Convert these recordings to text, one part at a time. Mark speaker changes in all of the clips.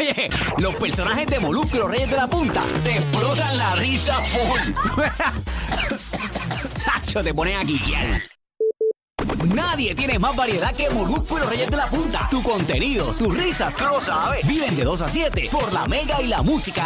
Speaker 1: Oye, los personajes de Molusco y los Reyes de la Punta
Speaker 2: te explotan la risa full.
Speaker 1: Tacho, te ponen a guillar. Nadie tiene más variedad que Molusco y los Reyes de la Punta. Tu contenido, tus risas, tú lo sabes. Viven de 2 a 7 por la Mega y la Música.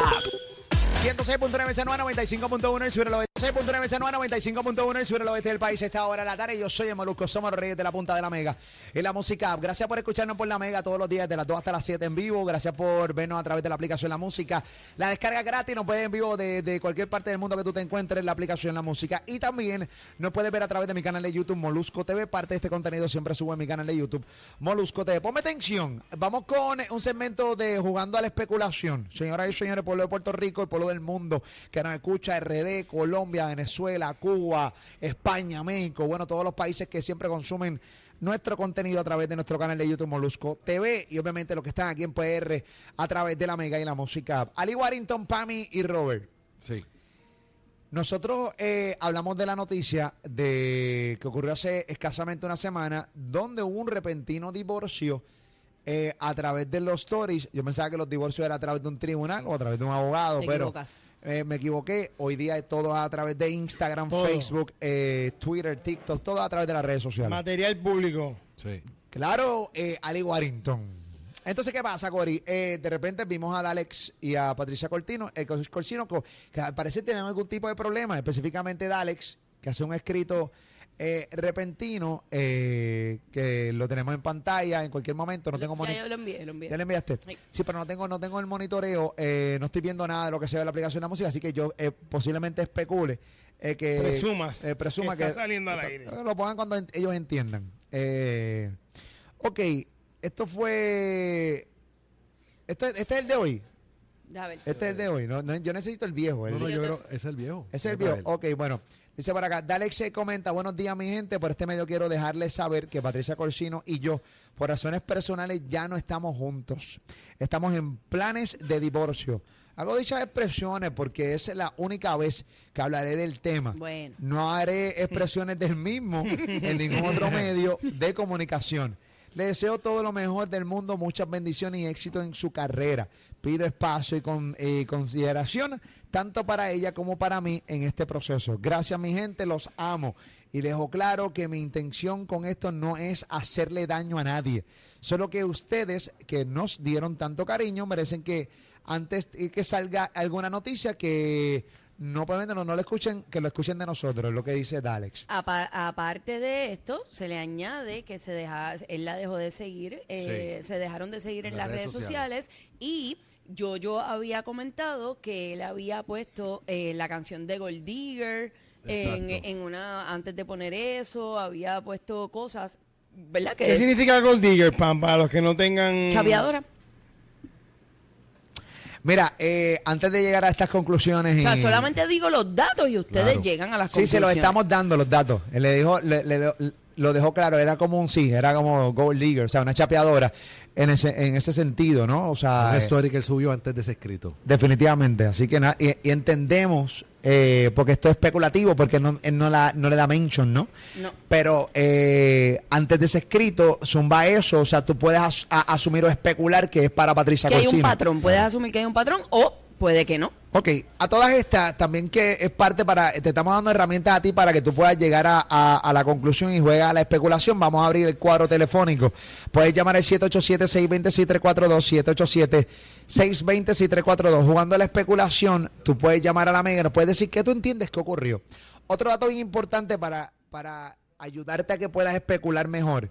Speaker 3: 106.9 San Juan, 95.1 el sur del oeste. 106.9 San Juan, 95.1 el sur del oeste del país. A Esta hora de la tarde, yo soy el Molusco, somos los reyes de la punta de la Mega. En la música, App. gracias por escucharnos por la Mega todos los días, de las 2 hasta las 7 en vivo. Gracias por vernos a través de la aplicación La Música. La descarga gratis, nos puedes en vivo de, de cualquier parte del mundo que tú te encuentres, la aplicación La Música. Y también nos puedes ver a través de mi canal de YouTube, Molusco TV. Parte de este contenido siempre subo en mi canal de YouTube, Molusco TV. Ponme atención, vamos con eh, un segmento de Jugando a la Especulación. Señoras y señores, pueblo de Puerto Rico y pueblo del mundo que nos escucha, RD, Colombia, Venezuela, Cuba, España, México, bueno, todos los países que siempre consumen nuestro contenido a través de nuestro canal de YouTube Molusco TV y obviamente los que están aquí en PR a través de la Mega y la Música. Ali Warrington, Pami y Robert.
Speaker 4: Sí.
Speaker 3: Nosotros eh, hablamos de la noticia de que ocurrió hace escasamente una semana, donde hubo un repentino divorcio eh, a través de los stories. Yo pensaba que los divorcios eran a través de un tribunal o a través de un abogado,
Speaker 5: Te
Speaker 3: pero
Speaker 5: equivocas.
Speaker 3: eh, me equivoqué. Hoy día es todo a través de Instagram,
Speaker 6: Todo.
Speaker 3: Facebook, eh, Twitter, TikTok, todo a través de las redes sociales.
Speaker 6: Material público.
Speaker 4: Sí.
Speaker 3: Claro, eh, Ali Warrington. Entonces, ¿qué pasa, Cori? Eh, de repente vimos a Alex y a Patricia Cortino, eh, Cos- Corsino, co- que al parecer tenían algún tipo de problema, específicamente de Alex, que hace un escrito eh, repentino, eh, que lo tenemos en pantalla en cualquier momento, no tengo
Speaker 5: Ya
Speaker 3: moni-
Speaker 5: yo lo envié, lo envié.
Speaker 3: ¿Ya le enviaste?
Speaker 5: Sí.
Speaker 3: Sí, pero no tengo, no tengo el monitoreo, eh, no estoy viendo nada de lo que se ve en la aplicación de la música, así que yo eh, posiblemente especule eh, que...
Speaker 6: Presumas
Speaker 3: eh, presuma que...
Speaker 6: que está saliendo al aire.
Speaker 3: Eh, Lo pongan cuando en- ellos entiendan. Eh, ok, esto fue... Esto, este es el de hoy.
Speaker 5: Ya, a ver.
Speaker 3: Este es el de hoy. No, no, yo necesito el viejo. el-
Speaker 4: No, no, yo
Speaker 5: te-
Speaker 4: creo, es el viejo.
Speaker 3: ¿Es el
Speaker 4: Era
Speaker 3: viejo?
Speaker 4: él.
Speaker 3: Ok, bueno. Dice para acá, Dalex se comenta, buenos días mi gente, por este medio quiero dejarles saber que Patricia Corsino y yo, por razones personales, ya no estamos juntos. Estamos en planes de divorcio. Hago dichas expresiones porque es la única vez que hablaré del tema.
Speaker 5: Bueno.
Speaker 3: No haré expresiones del mismo en ningún otro medio de comunicación. Le deseo todo lo mejor del mundo, muchas bendiciones y éxito en su carrera. Pido espacio y, con, y consideración tanto para ella como para mí en este proceso. Gracias mi gente, los amo. Y dejo claro que mi intención con esto no es hacerle daño a nadie. Solo que ustedes que nos dieron tanto cariño merecen que antes de que salga alguna noticia que no, probablemente no, no lo escuchen, que lo escuchen de nosotros, es lo que dice Dalex.
Speaker 5: Apa- Aparte de esto, se le añade que se deja, él la dejó de seguir, eh, se dejaron de seguir en, las redes, sociales. y yo yo había comentado que él había puesto eh, la canción de Gold Digger en,
Speaker 4: Exacto.
Speaker 5: en una antes de poner eso, había puesto cosas, ¿verdad?
Speaker 6: ¿Qué
Speaker 5: Que
Speaker 6: significa Gold Digger, Pam? Para los que no tengan.
Speaker 5: chaviadora.
Speaker 3: Mira, eh, antes de llegar a estas conclusiones...
Speaker 5: O sea,
Speaker 3: y-
Speaker 5: solamente digo los datos y ustedes
Speaker 4: Claro.
Speaker 5: llegan a las
Speaker 3: Sí, se los
Speaker 5: conclusiones.
Speaker 3: estamos dando los datos. Él le dijo, le- le- lo dejó claro, era como un sí, era como Gold Leaguer, o sea, una chapeadora en ese, en ese sentido, ¿no? O sea,
Speaker 4: Una
Speaker 3: eh,
Speaker 4: story que él subió antes de ese escrito.
Speaker 3: definitivamente. Así que nada, y, y entendemos, eh, porque esto es especulativo, porque no, él no, la, no le da mention, ¿no?
Speaker 5: No.
Speaker 3: Pero eh, antes de ese escrito, zumba eso, o sea, tú puedes as- a- asumir o especular que es para Patricia
Speaker 5: Que hay un
Speaker 3: Corsino.
Speaker 5: patrón, puedes asumir que hay un patrón o puede que no.
Speaker 3: Ok, a todas estas, también que es parte para, te estamos dando herramientas a ti para que tú puedas llegar a, a- a la conclusión y juega a la especulación. Vamos a abrir el cuadro telefónico. Puedes llamar al 787-620-6342, 787-620-6342. Jugando a la especulación, tú puedes llamar a la mega, nos puedes decir qué tú entiendes que ocurrió. Otro dato bien importante para, para ayudarte a que puedas especular mejor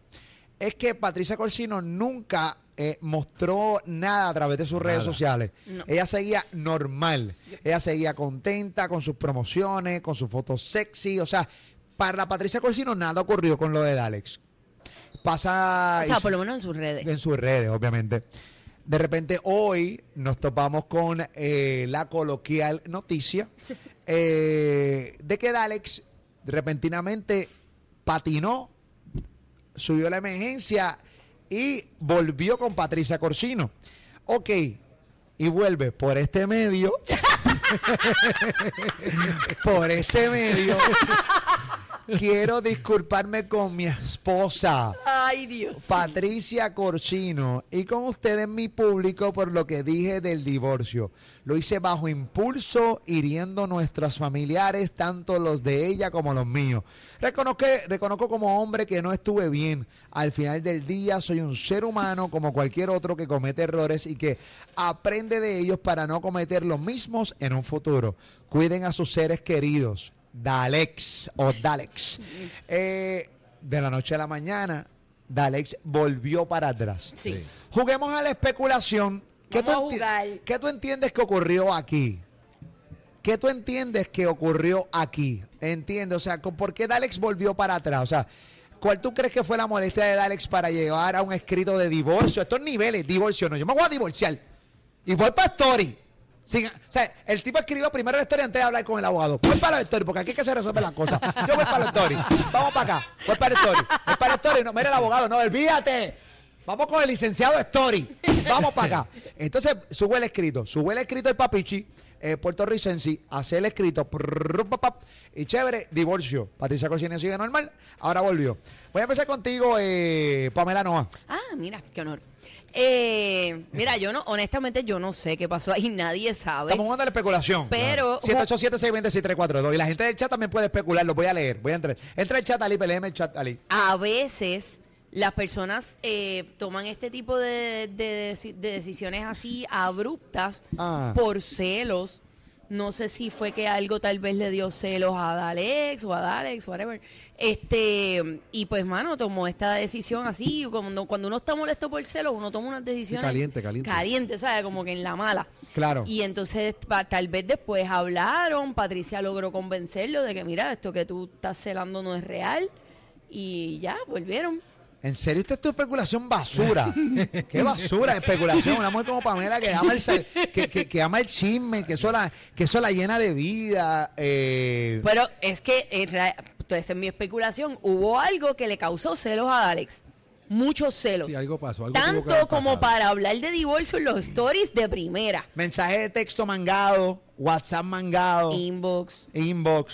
Speaker 3: es que Patricia Corsino nunca eh, mostró nada a través de sus redes sociales.
Speaker 5: No.
Speaker 3: Ella seguía normal. Ella seguía contenta con sus promociones, con sus fotos sexy. O sea, para Patricia Corsino nada ocurrió con lo de Dalex. Pasa
Speaker 5: O sea, por lo menos en sus redes.
Speaker 3: en sus redes, obviamente. De repente hoy nos topamos con eh, la coloquial noticia eh, de que Dalex repentinamente patinó, subió la emergencia y volvió con Patricia Corsino. Ok, y vuelve por este medio. por este medio. Quiero disculparme con mi esposa.
Speaker 5: Ay, Dios.
Speaker 3: Patricia Corsino y con ustedes mi público por lo que dije del divorcio. Lo hice bajo impulso, hiriendo nuestros familiares, tanto los de ella como los míos. Reconozco, reconozco como hombre que no estuve bien. Al final del día soy un ser humano como cualquier otro que comete errores y que aprende de ellos para no cometer los mismos en un futuro. Cuiden a sus seres queridos. Dalex o Dalex. Eh, de la noche a la mañana, Dalex volvió para atrás.
Speaker 5: Sí.
Speaker 3: Juguemos a la especulación. ¿Qué tú,
Speaker 5: Vamos
Speaker 3: enti-
Speaker 5: a jugar.
Speaker 3: qué tú entiendes que ocurrió aquí? ¿Qué tú entiendes que ocurrió aquí? Entiendo, o sea, con- ¿por qué Dalex volvió para atrás? O sea, ¿cuál tú crees que fue la molestia de Dalex para llevar a un escrito de divorcio? Estos niveles, divorcio no, yo me voy a divorciar. Y voy para Story. Sin- o sea, el tipo escribió primero la historia antes de hablar con el abogado. Voy para la Story, porque aquí es que se resuelven las cosas. Yo voy para la Story. Vamos para acá. Voy para la Story. Voy para la Story. No, mira el abogado, no, olvídate. Vamos con el licenciado Story. Vamos para acá. Entonces, sube el escrito. Sube el escrito el papichi, eh, puertorricense, hace el escrito. prrr, pa, pa, y chévere, divorcio. Patricia Corsini sigue normal. Ahora volvió. Voy a empezar contigo, eh, Pamela Noa.
Speaker 5: Ah, mira, qué honor. Eh, mira, yo no, honestamente, yo no sé qué pasó ahí, nadie sabe.
Speaker 3: Estamos jugando a la especulación.
Speaker 5: Pero-
Speaker 3: 787 620 Y la gente del chat también puede especular, lo voy a leer. Voy a entrar. Entra el chat, Ali, peleeme el chat, Ali.
Speaker 5: A veces las personas eh, toman este tipo de, de- de- de decisiones así abruptas
Speaker 3: Ah.
Speaker 5: por celos. No sé si fue que algo tal vez le dio celos a Dalex o a Dalex, whatever. Este, y pues, mano, tomó esta decisión así. Cuando, cuando uno está molesto por celos, uno toma unas decisiones.
Speaker 4: caliente, caliente.
Speaker 5: Caliente, ¿sabes? Como que en la mala.
Speaker 3: Claro.
Speaker 5: Y entonces pa- tal vez después hablaron, Patricia logró convencerlo de que mira, esto que tú estás celando no es real y ya volvieron.
Speaker 3: En serio, esta es tu especulación basura. Qué basura de especulación. Una mujer como Pamela que ama el, sal- que, que- que ama el chisme, que eso, la, que eso la llena de vida. eh,
Speaker 5: Pero es que en rea- entonces en mi especulación hubo algo que le causó celos a Alex. Muchos celos.
Speaker 4: Sí, algo pasó, algo tuvo que
Speaker 5: Tanto
Speaker 4: haber
Speaker 5: como
Speaker 4: pasado.
Speaker 5: para hablar de divorcio en los stories de primera.
Speaker 3: mensaje de texto mangado, WhatsApp mangado,
Speaker 5: Inbox,
Speaker 3: inbox,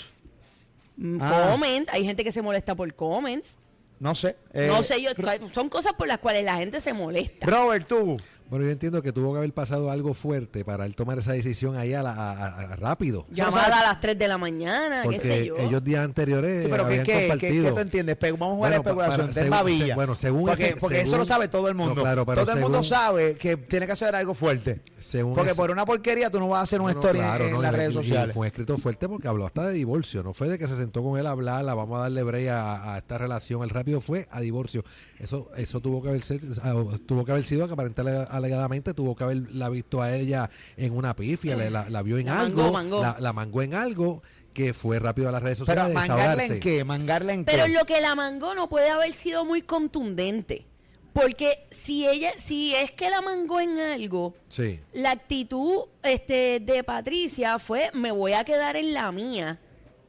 Speaker 5: mm,
Speaker 3: Ah.
Speaker 5: comment. Hay gente que se molesta por comments.
Speaker 3: no sé. eh,
Speaker 5: no sé yo, son cosas por las cuales la gente se molesta.
Speaker 3: Robert, tú.
Speaker 4: Bueno, yo entiendo que tuvo que haber pasado algo fuerte para él tomar esa decisión ahí a la, a- a- a- rápido.
Speaker 5: Llamada a las 3 de la mañana,
Speaker 3: Ah,
Speaker 5: qué
Speaker 4: Porque
Speaker 5: sé yo.
Speaker 4: ellos días anteriores
Speaker 3: Sí, pero ¿qué,
Speaker 4: habían
Speaker 3: qué, qué-
Speaker 4: compartido.
Speaker 3: qué tú entiendes? Pe- Vamos a jugar a la
Speaker 4: Bueno, pa-
Speaker 3: especulación.
Speaker 4: para-
Speaker 3: de
Speaker 4: según-
Speaker 3: babilla.
Speaker 4: se- bueno, según
Speaker 3: porque,
Speaker 4: ese-
Speaker 3: porque eso
Speaker 4: según-
Speaker 3: lo sabe todo el mundo.
Speaker 4: No, claro, pero
Speaker 3: todo el mundo
Speaker 4: según-
Speaker 3: sabe que tiene que hacer algo fuerte.
Speaker 4: Según
Speaker 3: porque
Speaker 4: ese-
Speaker 3: por una porquería tú no vas a hacer una
Speaker 4: No, no,
Speaker 3: historia
Speaker 4: claro,
Speaker 3: en,
Speaker 4: no, y
Speaker 3: las
Speaker 4: le-
Speaker 3: redes
Speaker 4: y
Speaker 3: sociales.
Speaker 4: Fue un escrito fuerte porque habló hasta de divorcio. No fue de que se sentó con él a hablar, la vamos a darle break a, a esta relación. El rápido fue a divorcio. Eso eso tuvo que haber, ser- ah, tuvo que haber sido que aparentemente alegadamente tuvo que haberla visto a ella en una pifia, la, la- la vio en
Speaker 5: La
Speaker 4: algo,
Speaker 5: mangó, mangó.
Speaker 4: La, la mangó en algo que fue rápido a las redes sociales.
Speaker 3: Pero
Speaker 4: a
Speaker 3: mangarla en
Speaker 4: desahogarse.
Speaker 3: qué, mangarla en
Speaker 5: Pero
Speaker 3: qué.
Speaker 5: lo que la mangó no puede haber sido muy contundente. Porque si ella, si es que la mangó en algo,
Speaker 4: Sí.
Speaker 5: la actitud este, de Patricia fue me voy a quedar en la mía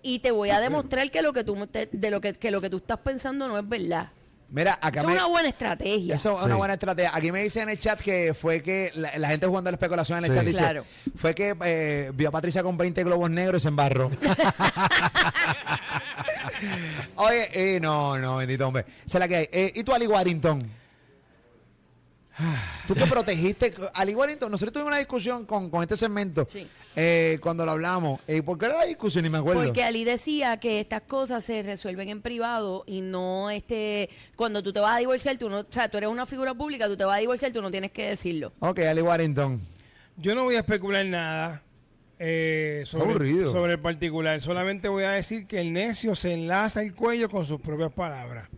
Speaker 5: y te
Speaker 4: Mm,
Speaker 5: voy a demostrar que lo que tú me- te- de lo que, que lo que tú estás pensando no es verdad.
Speaker 3: Mira, acá
Speaker 5: Es
Speaker 3: me-
Speaker 5: una buena estrategia.
Speaker 3: Eso es una
Speaker 4: Sí.
Speaker 3: buena estrategia. Aquí me dicen en el chat que fue que la, la gente jugando a la especulación en el
Speaker 4: Sí.
Speaker 3: chat dice,
Speaker 5: Claro.
Speaker 3: fue que eh, vio a Patricia con 20 globos negros y se embarró. Oye, eh, no, no, bendito hombre. Se la que hay. Eh, ¿Y tú, Ali Warrington?
Speaker 4: Ah.
Speaker 3: Tú que protegiste, Ali Warrington, nosotros tuvimos una discusión con, con este segmento
Speaker 5: Sí.
Speaker 3: eh, cuando lo hablamos. Eh, ¿Por qué era la discusión? Ni me acuerdo.
Speaker 5: Porque Ali decía que estas cosas se resuelven en privado y no este cuando tú te vas a divorciar, tú no, o sea, tú eres una figura pública, tú te vas a divorciar, tú no tienes que decirlo.
Speaker 3: Ok, Ali Warrington.
Speaker 6: Yo no voy a especular nada. eh, sobre,
Speaker 4: Aburrido.
Speaker 6: sobre el particular. Solamente voy a decir que el necio se enlaza el cuello con sus propias palabras.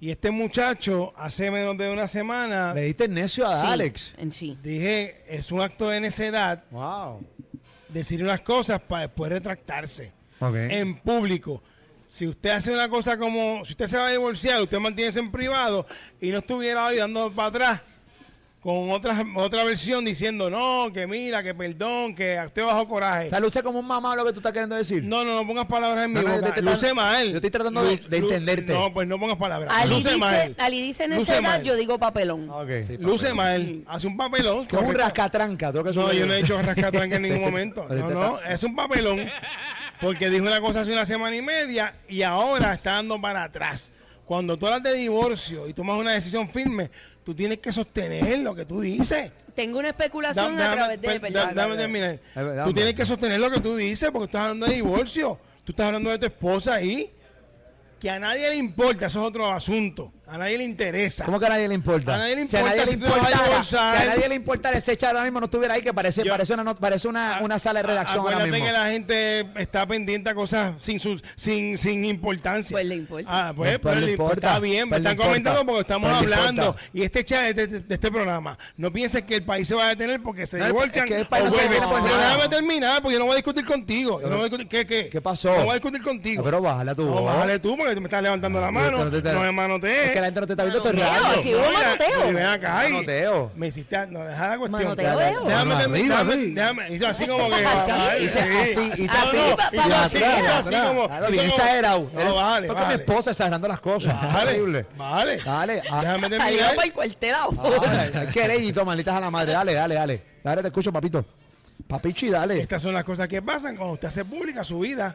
Speaker 6: Y este muchacho, hace menos de una semana,
Speaker 3: Le diste necio a
Speaker 5: Sí,
Speaker 3: Alex.
Speaker 5: En sí.
Speaker 6: dije, es un acto de necedad
Speaker 3: Wow.
Speaker 6: decir unas cosas para después retractarse
Speaker 3: Ok.
Speaker 4: Em.
Speaker 6: en público. Si usted hace una cosa como, si usted se va a divorciar, usted mantiene eso en privado y no estuviera hoy dando para atrás con otra, otra versión diciendo, no, que mira, que perdón, que usted bajo coraje.
Speaker 3: sea, luce como un mamá lo que tú estás queriendo decir.
Speaker 6: No, no, no pongas palabras en mi
Speaker 3: No, no, yo
Speaker 6: boca.
Speaker 3: te- te-
Speaker 6: Luce mal.
Speaker 3: yo estoy tratando de- de
Speaker 6: lu-
Speaker 3: entenderte.
Speaker 6: No, pues no pongas palabras.
Speaker 5: Ali
Speaker 6: Luce
Speaker 5: dice,
Speaker 6: mal.
Speaker 5: Ali dice en
Speaker 6: Luce
Speaker 5: esa edad,
Speaker 6: mal.
Speaker 5: yo digo papelón.
Speaker 3: Ok.
Speaker 6: Luce mal. Hace un papelón.
Speaker 3: Que es un
Speaker 6: correcto.
Speaker 3: rascatranca. tengo que
Speaker 6: No,
Speaker 3: subirlo.
Speaker 6: yo no he hecho rascatranca en ningún momento.
Speaker 3: Ahorita
Speaker 6: No,
Speaker 3: está-
Speaker 6: no, es un papelón. Porque dijo una cosa hace una semana y media y ahora está dando para atrás. Cuando tú hablas de divorcio y tomas una decisión firme, tú tienes que sostener lo que tú dices.
Speaker 5: Tengo una
Speaker 6: Da-
Speaker 5: especulación a
Speaker 6: déjame-
Speaker 5: través de...
Speaker 6: per-
Speaker 5: perdón.
Speaker 6: da- déjame
Speaker 3: dale.
Speaker 6: terminar.
Speaker 3: Ay, dame.
Speaker 6: Tú tienes que sostener lo que tú dices porque estás hablando de divorcio. Tú estás hablando de tu esposa ahí. Que a nadie le importa, eso es otro asunto. A nadie le interesa.
Speaker 3: ¿Cómo que a nadie le importa?
Speaker 6: A nadie le
Speaker 3: Si a
Speaker 6: importa
Speaker 3: nadie le
Speaker 6: si tú te vas a
Speaker 3: importara, si
Speaker 6: divorciar.
Speaker 3: a nadie le importara ese chat ahora mismo no estuviera ahí, que parece,
Speaker 6: Yo- Ah,
Speaker 3: parece, una, not- parece una, una sala de redacción ahora
Speaker 6: Acuérdate
Speaker 3: mismo.
Speaker 6: que la gente está pendiente a cosas sin su- sin, sin importancia.
Speaker 5: Pues le importa.
Speaker 6: Ah, pues,
Speaker 3: Pues,
Speaker 6: pero
Speaker 3: le
Speaker 6: le
Speaker 3: importa.
Speaker 6: importa. Está bien, me
Speaker 3: Pues le
Speaker 6: están
Speaker 3: importa.
Speaker 6: comentando porque estamos
Speaker 3: Pues le
Speaker 6: hablando.
Speaker 3: importa.
Speaker 6: Y este chat es de, de- de este programa. No pienses que el país se va a detener porque se
Speaker 3: No, el-
Speaker 6: divorcian.
Speaker 3: es que el país
Speaker 6: o
Speaker 3: no se
Speaker 6: vuelven.
Speaker 3: detiene por
Speaker 6: Pero
Speaker 3: nada.
Speaker 6: déjame terminar porque yo no voy a discutir contigo. Yo no voy a discutir- ¿qué, qué?
Speaker 3: ¿Qué pasó?
Speaker 6: No voy a discutir
Speaker 3: No,
Speaker 6: contigo.
Speaker 3: Ah, pero bájala tu
Speaker 6: No,
Speaker 3: voz.
Speaker 6: bájale tú porque tú me estás levantando la
Speaker 3: Yo
Speaker 6: mano.
Speaker 3: no te- te-
Speaker 6: No me manotees.
Speaker 3: este, Es que la gente no te está viendo, te
Speaker 5: Manoteo,
Speaker 3: rayas.
Speaker 5: aquí hubo
Speaker 6: No, mira,
Speaker 5: manoteo.
Speaker 6: ven acá y-
Speaker 3: Manoteo.
Speaker 6: Me hiciste. a- No, deja la cuestión.
Speaker 5: Manoteo.
Speaker 6: Déjame
Speaker 4: Mano
Speaker 6: terminar.
Speaker 4: arriba, sí.
Speaker 6: Déjame, déjame- hizo así como que.
Speaker 3: Hizo
Speaker 6: ay,
Speaker 3: así, hizo
Speaker 6: sí.
Speaker 3: así, hizo
Speaker 6: No,
Speaker 3: así,
Speaker 6: no,
Speaker 5: pa-
Speaker 6: hizo
Speaker 5: pa-
Speaker 6: así,
Speaker 5: atrás,
Speaker 6: hizo así como.
Speaker 3: Claro,
Speaker 6: hizo
Speaker 3: bien
Speaker 6: como-
Speaker 3: exagerado.
Speaker 6: No, vale,
Speaker 3: Porque mi
Speaker 6: vale.
Speaker 3: esposa exagerando las cosas.
Speaker 6: Vale,
Speaker 3: Increíble.
Speaker 6: Vale.
Speaker 3: Dale. ah,
Speaker 6: Déjame
Speaker 5: Salió
Speaker 6: terminar.
Speaker 5: para el cuartel ahora.
Speaker 3: ah, Hay querellito, malditas a la madre. Dale, dale, dale. Dale, te escucho, papito. Papichi, dale.
Speaker 6: Estas son las cosas que pasan cuando usted hace pública su vida.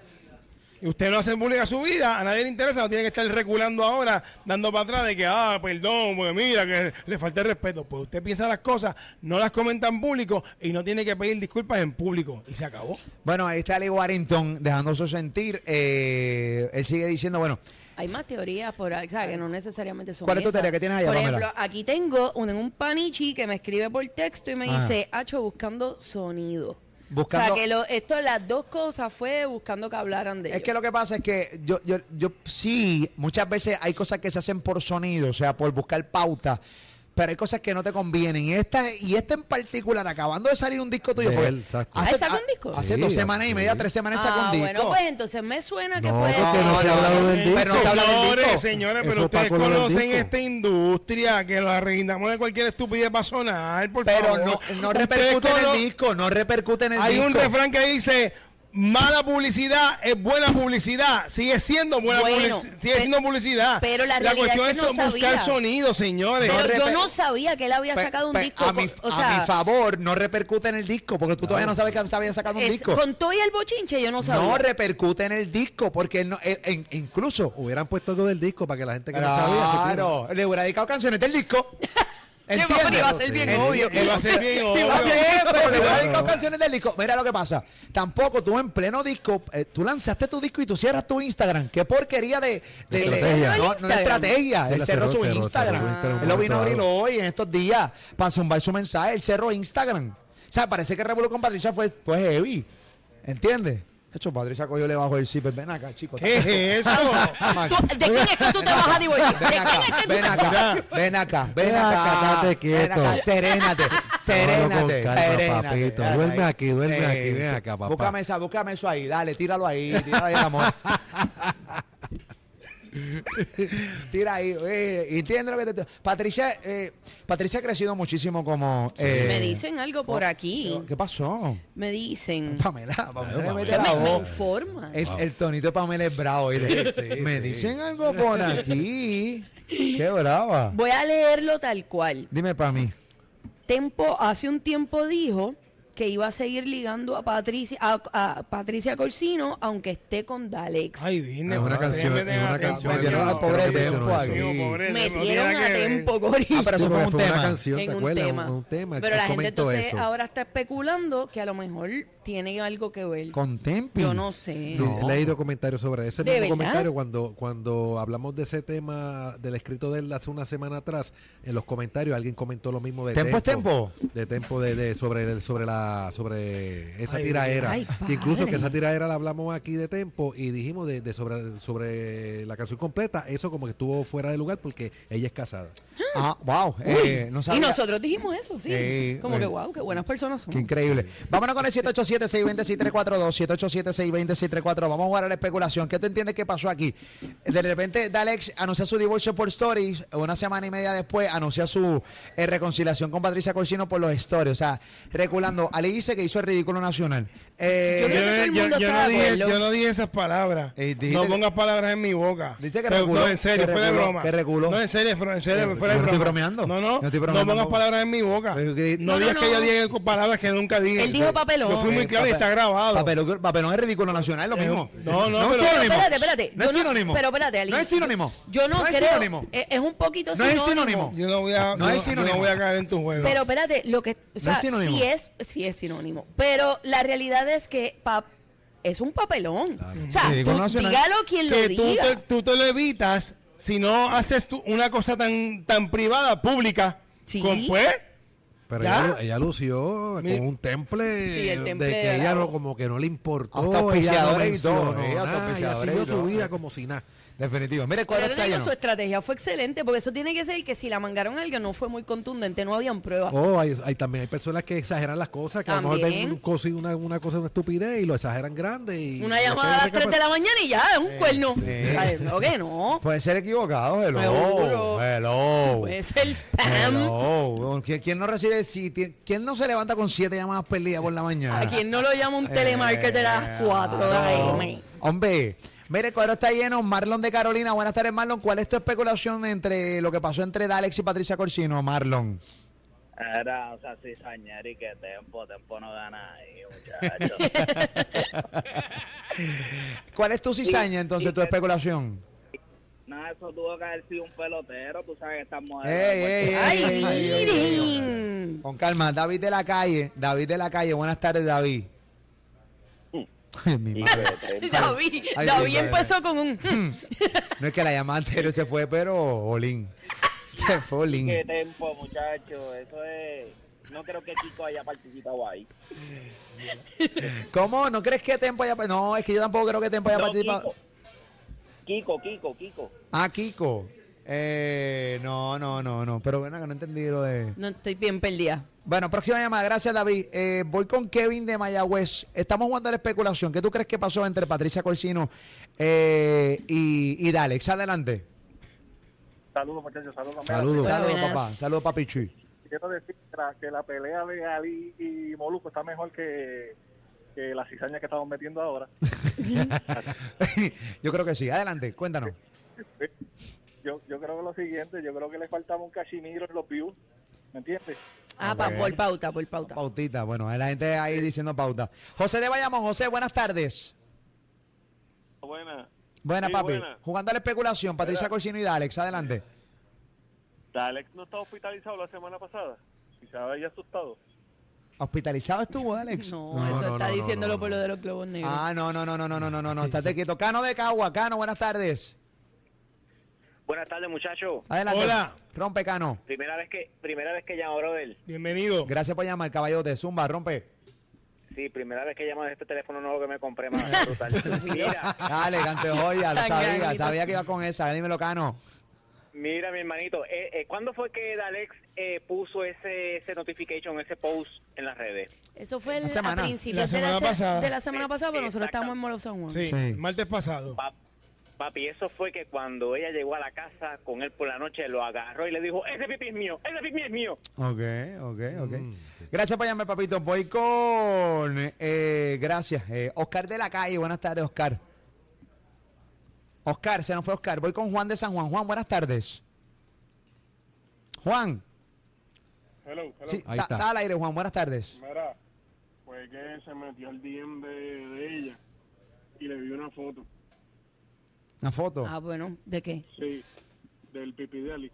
Speaker 6: Y usted no hace pública su vida, a nadie le interesa, no tiene que estar reculando ahora, dando para atrás de que, ah, perdón, pues mira, que le falta el respeto. Pues usted piensa las cosas, no las comenta en público y no tiene que pedir disculpas en público. Y se acabó.
Speaker 3: Bueno, ahí está Lee Warrington dejándose sentir. eh, él sigue diciendo, bueno,
Speaker 5: Hay más teorías por ahí, o sea, que no necesariamente son
Speaker 3: ¿Cuál es tu
Speaker 5: esas.
Speaker 3: teoría que tienes allá,
Speaker 5: Por
Speaker 3: Pamela?
Speaker 5: ejemplo, aquí tengo un, un panichi que me escribe por texto y me
Speaker 3: Ajá.
Speaker 5: dice, Hacho, buscando sonido.
Speaker 3: Ah. Buscando-
Speaker 5: O sea, que lo, esto, las dos cosas fue buscando que hablaran de
Speaker 3: Es
Speaker 5: ellos.
Speaker 3: que lo que pasa es que yo, yo, yo sí, muchas veces hay cosas que se hacen por sonido, o sea, por buscar pauta. Pero hay cosas que no te convienen. Y esta, y esta en particular, acabando de salir un disco tuyo.
Speaker 4: De
Speaker 3: porque
Speaker 4: él, exacto.
Speaker 5: Ah, ¿él sacó un disco?
Speaker 3: Hace
Speaker 4: Sí,
Speaker 3: dos
Speaker 4: hace-
Speaker 3: semanas y media,
Speaker 4: sí.
Speaker 3: tres semanas sacó
Speaker 5: Ah,
Speaker 3: un disco.
Speaker 5: bueno, pues entonces me suena que
Speaker 4: No,
Speaker 5: puede
Speaker 4: porque
Speaker 5: ser.
Speaker 4: no se ha hablado del disco.
Speaker 3: Eh, Pero no se ha hablado del
Speaker 6: Señores,
Speaker 3: disco.
Speaker 6: señores,
Speaker 4: Eso
Speaker 6: pero ustedes
Speaker 4: Paco lo
Speaker 6: conocen
Speaker 4: dijo.
Speaker 6: esta industria que lo arrendamos de cualquier estupidez para sonar, por
Speaker 3: Pero
Speaker 6: favor.
Speaker 3: no, no
Speaker 6: Ustedes
Speaker 3: repercute en
Speaker 6: cono-
Speaker 3: el disco, no repercute en el
Speaker 6: Hay
Speaker 3: disco.
Speaker 6: un refrán que dice mala publicidad es buena publicidad sigue siendo buena
Speaker 5: Bueno,
Speaker 6: publici- sigue
Speaker 5: pe-
Speaker 6: siendo publicidad
Speaker 5: pero la realidad
Speaker 6: cuestión
Speaker 5: es
Speaker 6: es,
Speaker 5: que no sabía.
Speaker 6: buscar sonido señores
Speaker 5: Pero
Speaker 3: No,
Speaker 5: yo
Speaker 3: repe-
Speaker 5: no sabía que él había
Speaker 3: Pe-
Speaker 5: sacado un
Speaker 3: pe-
Speaker 5: disco.
Speaker 3: a mi,
Speaker 5: con- o
Speaker 3: a
Speaker 5: sea,
Speaker 3: mi favor, no repercute en el disco, porque tú todavía no sabes que habían sacado un
Speaker 5: es-
Speaker 3: disco.
Speaker 5: con todo y el bochinche yo no sabía.
Speaker 3: No repercute en el disco, porque él no- él- en- incluso
Speaker 4: Hubieran puesto algo del disco para que la gente que no sabía. se tire.
Speaker 3: Claro, le hubiera dedicado canciones del disco.
Speaker 5: Pero
Speaker 3: ¿Entiendes?
Speaker 5: iba a ser bien
Speaker 3: Sí.
Speaker 5: obvio.
Speaker 6: Iba a ser bien
Speaker 3: Iba a
Speaker 6: obvio.
Speaker 3: ser, pero le hubiera
Speaker 4: Claro.
Speaker 3: dedicado canciones del disco. Mira lo que pasa. Tampoco tú en pleno disco, eh, tú lanzaste tu disco y tú cierras tu Instagram. Qué porquería de, de- de-
Speaker 4: Estrategia.
Speaker 3: No, no de estrategia.
Speaker 4: Sí,
Speaker 3: él
Speaker 4: la
Speaker 3: cerró,
Speaker 4: cerró,
Speaker 3: su
Speaker 4: cerró,
Speaker 3: Instagram.
Speaker 4: cerró Instagram.
Speaker 3: Él lo vino a abrir
Speaker 4: Claro.
Speaker 3: hoy en estos días para zumbar su mensaje. Él cerró Instagram. O sea, parece que Revolución con Patricia fue, fue heavy. ¿Entiendes? De hecho, Patricia cogió le bajo el zipper. Ven acá, chicos.
Speaker 6: ¿Qué es eso
Speaker 5: Tú- ¿De quién es que tú te vas a divorciar? ¿De
Speaker 3: Ven
Speaker 5: quién es
Speaker 3: acá,
Speaker 5: que tú
Speaker 3: ven
Speaker 5: te
Speaker 3: acá, ven acá, ven
Speaker 4: Ven
Speaker 3: acá,
Speaker 4: acá, date
Speaker 3: ven
Speaker 4: quieto.
Speaker 3: acá, serénate,
Speaker 4: Tómalo con
Speaker 3: serénate,
Speaker 4: calma,
Speaker 3: serénate.
Speaker 4: papito.
Speaker 3: Dale
Speaker 4: Duerme
Speaker 3: ahí.
Speaker 4: aquí, duerme
Speaker 3: Eh,
Speaker 4: aquí, ven acá, papá.
Speaker 3: Búscame, esa, búscame eso ahí, dale, tíralo ahí, tíralo ahí, amor. Tira ahí, eh, entiende lo que te... Patricia, eh, Patricia ha crecido muchísimo como... eh,
Speaker 5: Me dicen algo por aquí.
Speaker 3: ¿Qué pasó?
Speaker 5: Me dicen.
Speaker 3: Pamela, Pamela, le mete
Speaker 5: Me,
Speaker 3: la
Speaker 5: me
Speaker 3: voz.
Speaker 5: informa.
Speaker 3: El, el tonito de Pamela es bravo. oíste. me dicen algo por aquí. Qué brava.
Speaker 5: Voy a leerlo tal cual.
Speaker 3: Dime para mí.
Speaker 5: Tempo hace un tiempo dijo que iba a seguir ligando a Patricia a, a Patricia Corsino aunque esté con Dalex.
Speaker 6: ay dime
Speaker 4: Es una
Speaker 6: ustedes
Speaker 4: canción,
Speaker 6: me
Speaker 4: es
Speaker 6: tengan
Speaker 4: una
Speaker 6: atención,
Speaker 4: canción.
Speaker 6: Dios
Speaker 3: Metieron
Speaker 6: mío.
Speaker 3: al pobre
Speaker 6: Dios
Speaker 3: Tempo
Speaker 6: mío,
Speaker 3: aquí.
Speaker 6: pobre, no
Speaker 5: Metieron
Speaker 6: tiene nada
Speaker 5: a
Speaker 6: que ver.
Speaker 5: Tempo Coris.
Speaker 3: Ah, pero
Speaker 4: Sí,
Speaker 3: eso fue
Speaker 4: porque
Speaker 3: un
Speaker 4: fue una
Speaker 3: tema.
Speaker 4: canción, ¿te
Speaker 5: en un
Speaker 4: acuerdas?
Speaker 5: tema.
Speaker 4: Un, un tema.
Speaker 5: Pero
Speaker 4: él
Speaker 5: la gente
Speaker 4: comentó
Speaker 5: entonces
Speaker 4: eso.
Speaker 5: ahora está especulando que a lo mejor tiene algo que ver.
Speaker 3: Con Tempi.
Speaker 5: Yo no sé.
Speaker 4: Sí, he leído comentarios sobre ese
Speaker 5: ¿De
Speaker 4: mismo
Speaker 5: verdad?
Speaker 4: comentario cuando cuando hablamos de ese tema del escrito de él hace una semana atrás en los comentarios alguien comentó lo mismo de
Speaker 3: ¿Tempo es
Speaker 4: tempo
Speaker 3: tempo?
Speaker 4: de tempo de, de- sobre el- sobre la la sobre esa
Speaker 6: Ay,
Speaker 4: tiraera.
Speaker 5: ay,
Speaker 4: Que incluso que
Speaker 5: padre.
Speaker 4: esa tiraera la hablamos aquí de tiempo y dijimos de, de sobre, sobre la canción completa. Eso como que estuvo fuera de lugar porque ella es casada.
Speaker 3: Ah, wow. eh, no
Speaker 5: Y
Speaker 3: sabía.
Speaker 5: nosotros dijimos eso, sí.
Speaker 3: Sí,
Speaker 5: Como
Speaker 3: eh.
Speaker 5: que, wow, qué buenas personas
Speaker 3: Qué
Speaker 5: somos.
Speaker 3: increíble. Vámonos con el 787-620-6342. 787-620-6342. Vamos a jugar a la especulación. ¿Qué te entiendes que pasó aquí? De repente, Dalex anuncia su divorcio por stories. Una semana y media después, anuncia su eh, reconciliación con Patricia Corsino por los stories. O sea, reculando. Ali dice que hizo el ridículo nacional. Eh,
Speaker 5: Yo creo que todo el mundo está
Speaker 6: no
Speaker 5: de
Speaker 6: dije,
Speaker 5: acuerdo.
Speaker 6: yo no dije esas palabras.
Speaker 3: Eh, dijiste
Speaker 6: no
Speaker 3: que-
Speaker 6: pongas palabras en mi boca.
Speaker 3: Dijiste que
Speaker 6: Pero,
Speaker 3: reculó,
Speaker 6: No, en serio,
Speaker 3: que
Speaker 6: fue de
Speaker 3: reculó,
Speaker 6: broma.
Speaker 3: que reculó.
Speaker 6: No, en serio, fue, en serio,
Speaker 3: Yo-
Speaker 6: fue de
Speaker 3: yo no estoy
Speaker 6: broma.
Speaker 3: bromeando.
Speaker 6: No, no.
Speaker 3: Yo estoy
Speaker 6: no
Speaker 3: bromeando
Speaker 6: pongas
Speaker 3: tampoco.
Speaker 6: palabras en mi boca.
Speaker 3: Pero que-
Speaker 6: No,
Speaker 5: No,
Speaker 6: digas
Speaker 5: no,
Speaker 6: que
Speaker 5: no.
Speaker 6: yo dije palabras que nunca dije.
Speaker 5: Él dijo papelón.
Speaker 6: Yo fui muy
Speaker 3: Eh,
Speaker 6: claro y
Speaker 3: papel-
Speaker 6: está grabado.
Speaker 3: Papelón, papelón es ridículo nacional, lo
Speaker 6: Eh,
Speaker 3: mismo.
Speaker 6: no, no,
Speaker 3: es
Speaker 6: pero-
Speaker 5: Pero
Speaker 3: sinónimo.
Speaker 5: espérate, espérate.
Speaker 3: No
Speaker 5: Yo
Speaker 3: es sinónimo.
Speaker 5: Pero espérate, Ali.
Speaker 3: No es sinónimo.
Speaker 5: Yo no,
Speaker 3: No es
Speaker 5: creo.
Speaker 3: sinónimo.
Speaker 5: Es, es un poquito
Speaker 3: No es
Speaker 5: sinónimo.
Speaker 3: sinónimo.
Speaker 6: Yo no voy a,
Speaker 3: No
Speaker 6: yo-
Speaker 3: es
Speaker 6: yo
Speaker 3: sinónimo.
Speaker 6: no voy a caer en tu juego.
Speaker 5: Pero espérate, lo que. O sea,
Speaker 3: es sinónimo.
Speaker 5: Sí es, sí es sinónimo. Pero la realidad es que pap- es un papelón. O sea,
Speaker 3: Sí, con
Speaker 5: tú-
Speaker 3: nacional.
Speaker 5: dígalo quien lo
Speaker 6: que tú
Speaker 5: diga.
Speaker 6: te, tú te lo evitas si no haces tú una cosa tan, tan privada, pública.
Speaker 5: Sí.
Speaker 6: Con pues.
Speaker 4: Pero
Speaker 6: ¿Ya?
Speaker 4: ella, ella lució
Speaker 6: Mi-
Speaker 4: con un temple,
Speaker 5: Sí, el temple
Speaker 4: de que
Speaker 5: de
Speaker 4: ella
Speaker 5: Arabo.
Speaker 4: no, como que no le importó.
Speaker 3: Hasta
Speaker 4: ella no
Speaker 3: auspiciadores y todo,
Speaker 4: mencionó
Speaker 3: ella hasta
Speaker 4: nada, ella
Speaker 3: auspiciadores
Speaker 4: siguió
Speaker 3: y todo.
Speaker 4: su vida como si nada.
Speaker 3: Definitivo. Mire, ¿cuál
Speaker 5: Pero
Speaker 3: está
Speaker 5: yo digo,
Speaker 3: lleno?
Speaker 5: su estrategia fue excelente, porque eso tiene que ser que si la mangaron a alguien no fue muy contundente, no habían pruebas.
Speaker 4: Oh, hay, hay- también hay personas que exageran las cosas, que a lo mejor
Speaker 5: También.
Speaker 4: ven un cosi- una, una cosa, una estupidez y lo exageran grande. Y
Speaker 5: Una llamada a las 3 de la mañana y ya, es un cuerno. Ay, no, que no.
Speaker 3: Puede ser equivocado, hello.
Speaker 5: Seguro.
Speaker 3: Hello.
Speaker 5: Pues el spam.
Speaker 3: Hello. ¿Qui- ¿Quién no recibe si ti- quién no se levanta con siete llamadas perdidas por la mañana?
Speaker 5: ¿A quién no lo llama un telemarketer a las 4 de la
Speaker 3: eh, No.
Speaker 5: AM?
Speaker 3: Hombre, mire, el cuadro está lleno. Marlon de Carolina, buenas tardes, Marlon. ¿Cuál es tu especulación entre lo que pasó entre Dalex y Patricia Corsino, Marlon?
Speaker 7: Era, o sea, cizañera y que tempo, tempo no gana ahí, muchachos.
Speaker 3: ¿Cuál es tu cizaña entonces, tu especulación?
Speaker 7: Nada, eso tuvo que haber sido un pelotero, tú sabes que estas mujeres...
Speaker 3: Ey, ey, ey,
Speaker 5: Ay,
Speaker 3: ey, ey, ey, ey, ey.
Speaker 5: miren.
Speaker 3: Con calma, David de la calle, David de la calle, buenas tardes, David.
Speaker 8: Mm.
Speaker 3: Ay, mi madre.
Speaker 5: David,
Speaker 3: Ay,
Speaker 5: David
Speaker 3: sí,
Speaker 5: empezó con un...
Speaker 3: No es que la llamada anterior se fue, pero Olin. Se fue Olin.
Speaker 7: Qué tempo, muchachos, eso es... No creo que Kiko haya participado ahí.
Speaker 3: ¿Cómo? ¿No crees que Tempo haya pa- No, es que yo tampoco creo que Tempo haya
Speaker 7: No,
Speaker 3: participado.
Speaker 7: Kiko, Kiko, Kiko, Kiko.
Speaker 3: Ah, Kiko. Eh, no, no, no, no. Pero bueno, que no entendí lo de.
Speaker 5: No, estoy bien perdida.
Speaker 3: Bueno, próxima llamada. Gracias, David. Eh, voy con Kevin de Mayagüez. Estamos jugando a la especulación. ¿Qué tú crees que pasó entre Patricia Corsino eh, y, y Dalex? Adelante.
Speaker 8: Saludos, muchachos, saludos. Mira,
Speaker 3: Saludos.
Speaker 5: Hola,
Speaker 3: Saludos,
Speaker 5: buenas.
Speaker 3: papá. Saludos, papi Chuy.
Speaker 8: Quiero decir que la, que la pelea de Ali y Molusco está mejor que, que la cizaña que estamos metiendo ahora.
Speaker 3: yo creo que sí. Adelante, cuéntanos.
Speaker 8: Yo, yo creo que lo siguiente, yo creo que le faltaba un cachimiro en los views, ¿me entiendes?
Speaker 5: Ah, pa- por pauta, por pauta.
Speaker 3: Pautita, bueno, la gente ahí diciendo pauta. José de Bayamón, José, buenas tardes.
Speaker 8: Buena.
Speaker 3: Buenas,
Speaker 8: Sí,
Speaker 3: papi.
Speaker 8: buena.
Speaker 3: Jugando a la especulación, Patricia
Speaker 8: Buena.
Speaker 3: Corsino y Dalex, adelante.
Speaker 8: Alex no estaba hospitalizado la semana pasada. Y se había asustado.
Speaker 3: ¿Hospitalizado estuvo, Dalex?
Speaker 5: No,
Speaker 4: No,
Speaker 5: eso
Speaker 4: no,
Speaker 5: está
Speaker 4: no, no,
Speaker 5: diciéndolo
Speaker 4: no,
Speaker 5: por lo
Speaker 4: no.
Speaker 5: de los globos negros.
Speaker 3: Ah, no, no, no, no, no, no, no, no, no, estate quieto. Cano de Cagua, Cano, buenas tardes.
Speaker 7: Buenas tardes, muchachos.
Speaker 3: Adelante.
Speaker 6: Hola.
Speaker 3: Rompe, Cano.
Speaker 7: Primera vez que, primera vez que llamo, brother.
Speaker 6: Bienvenido.
Speaker 3: Gracias por llamar, caballote. Zumba, rompe.
Speaker 7: Sí, primera vez que llamo de este teléfono nuevo que me compré, más brutal. Mira,
Speaker 3: Dale, cante joya, lo
Speaker 5: Tan
Speaker 3: sabía,
Speaker 5: granito.
Speaker 3: sabía que iba con esa. Dímelo, Cano.
Speaker 7: mira, mi hermanito, eh, eh, ¿cuándo fue que Dalex eh, puso ese, ese notification, ese post en las redes?
Speaker 5: Eso fue el,
Speaker 3: La
Speaker 5: a
Speaker 3: semana.
Speaker 6: La
Speaker 5: principios de,
Speaker 6: semana
Speaker 5: la se-
Speaker 6: pasada.
Speaker 5: de la semana pasada, pero nosotros
Speaker 7: Exacto.
Speaker 5: estábamos en Molo San Juan.
Speaker 6: Sí,
Speaker 3: Sí.
Speaker 6: martes pasado.
Speaker 7: Pa- Papi, eso fue que cuando ella llegó a la casa con él por la noche, lo agarró y le dijo, ese pipí es mío, ese pipí es mío.
Speaker 3: Ok, ok, ok.
Speaker 4: Mm, sí.
Speaker 3: Gracias por llamar, papito. Voy con. eh, gracias. eh, Oscar de la calle, buenas tardes, Oscar. Oscar, se nos fue Oscar. Voy con Juan de San Juan. Juan, buenas tardes. Juan,
Speaker 8: Hello, hello.
Speaker 3: sí,
Speaker 4: Ahí
Speaker 3: ta-
Speaker 4: está.
Speaker 3: está al aire, Juan, buenas tardes.
Speaker 8: Mira, fue que se metió el DM de, de ella y le vi una foto,
Speaker 3: Una foto.
Speaker 5: Ah, bueno, ¿de qué?
Speaker 8: sí, del pipi de Ali.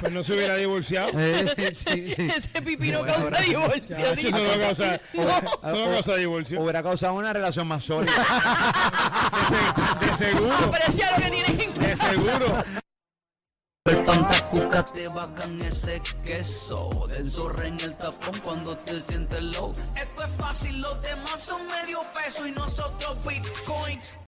Speaker 6: Pues no se hubiera divorciado.
Speaker 3: Eh, sí, sí.
Speaker 5: Ese pipí no causa divorcio.
Speaker 6: Ya, eso no
Speaker 5: dice.
Speaker 6: causa, eso no causa divorcio.
Speaker 3: Hubiera causado una relación más sólida.
Speaker 6: De, se- de seguro,
Speaker 5: Aprecia lo que tienen.
Speaker 6: de seguro.
Speaker 1: El pan te cuca, te bacan ese queso. Del zorra en el tapón cuando te sientes low. Esto es fácil, los demás son medio peso y nosotros bitcoins.